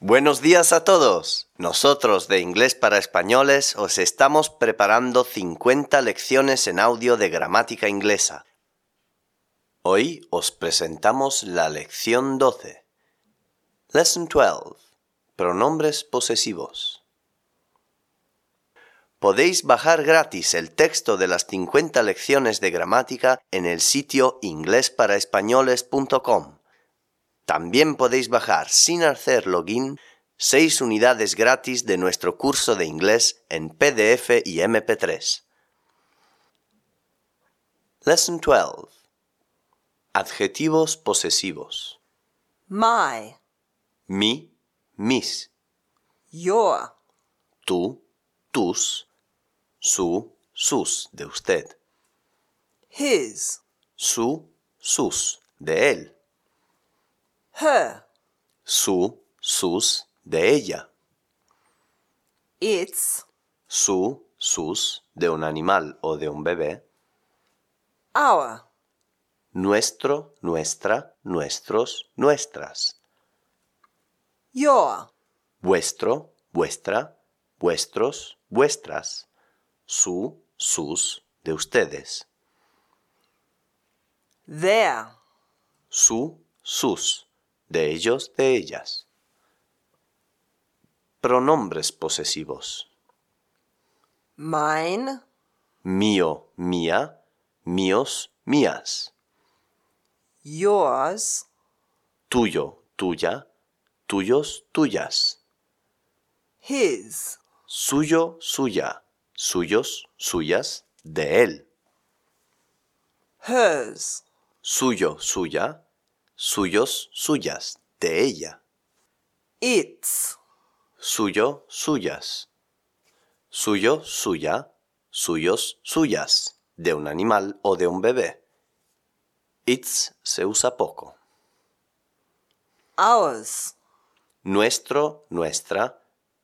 Buenos días a todos. Nosotros de Inglés para Españoles os estamos preparando 50 lecciones en audio de gramática inglesa. Hoy os presentamos la lección 12. Lesson 12. Pronombres posesivos. Podéis bajar gratis el texto de las 50 lecciones de gramática en el sitio inglesparaespañoles.com. También podéis bajar sin hacer login 6 unidades gratis de nuestro curso de inglés en PDF y MP3. Lesson 12. Adjetivos posesivos. my, Mi, mis, your, tú, tus, su, sus de usted, his, su, sus de él, her, su, sus de ella, its, su, sus de un animal o de un bebé, our, nuestro, nuestra, nuestros, nuestras, your, vuestro, vuestra, vuestros, vuestras, su, sus, de ustedes, their, su, sus, de ellos, de ellas. Pronombres posesivos. mine, Mío, mía, míos, mías, yours, tuyo, tuya, tuyos, tuyas, his, suyo, suya, suyos, suyas, de él. hers, suyo, suya, suyos, suyas, de ella, its, suyo, suyas, suyo, suya, suyos, suyas, de un animal o de un bebé. It's se usa poco. ours, Nuestro, nuestra,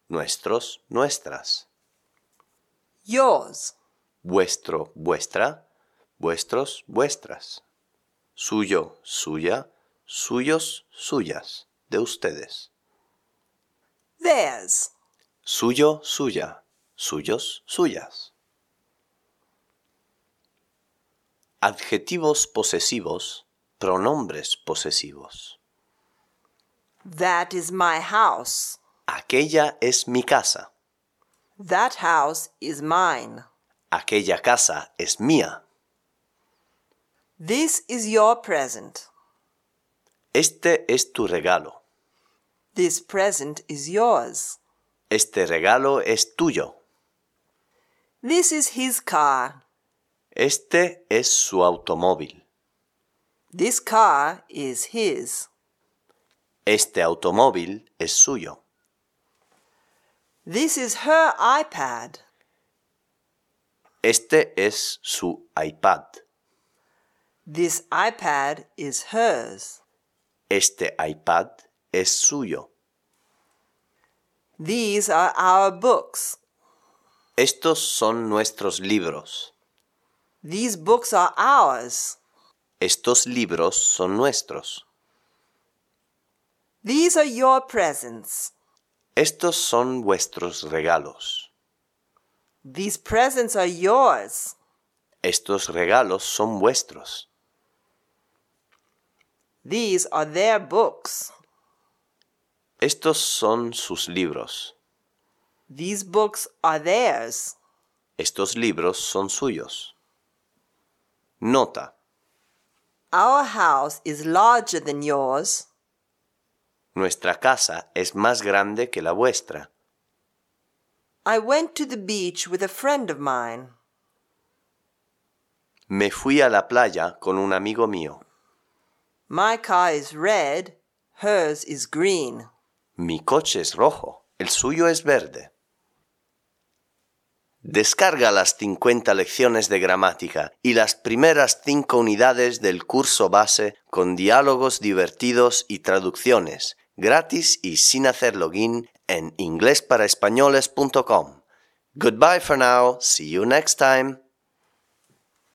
nuestros, nuestras. yours, Vuestro, vuestra, vuestros, vuestras. Suyo, suya, suyos, suyas, de ustedes. theirs, suyo, suya, suyos, suyas. Adjetivos posesivos, pronombres posesivos. that is my house, Aquella es mi casa, that house is mine, aquella casa es mía, this is your present, este es tu regalo, this present is yours, este regalo es tuyo, this is his car, este es su automóvil, this car is his, este automóvil es suyo, this is her iPad. este es su iPad, This iPad is hers. este iPad es suyo. These are our books. Estos son nuestros libros. These books are ours. Estos libros son nuestros. These are your presents. Estos son vuestros regalos. These presents are yours. Estos regalos son vuestros. These are their books. Estos son sus libros. These books are theirs. Estos libros son suyos. Nota. Our house is larger than yours. Nuestra casa es más grande que la vuestra. I went to the beach with a friend of mine. Me fui a la playa con un amigo mío. My car is red, hers is green. Mi coche es rojo, el suyo es verde. Descarga las 50 lecciones de gramática y las primeras 5 unidades del curso base con diálogos divertidos y traducciones, gratis y sin hacer login en inglesparaespañoles.com. Goodbye for now, see you next time.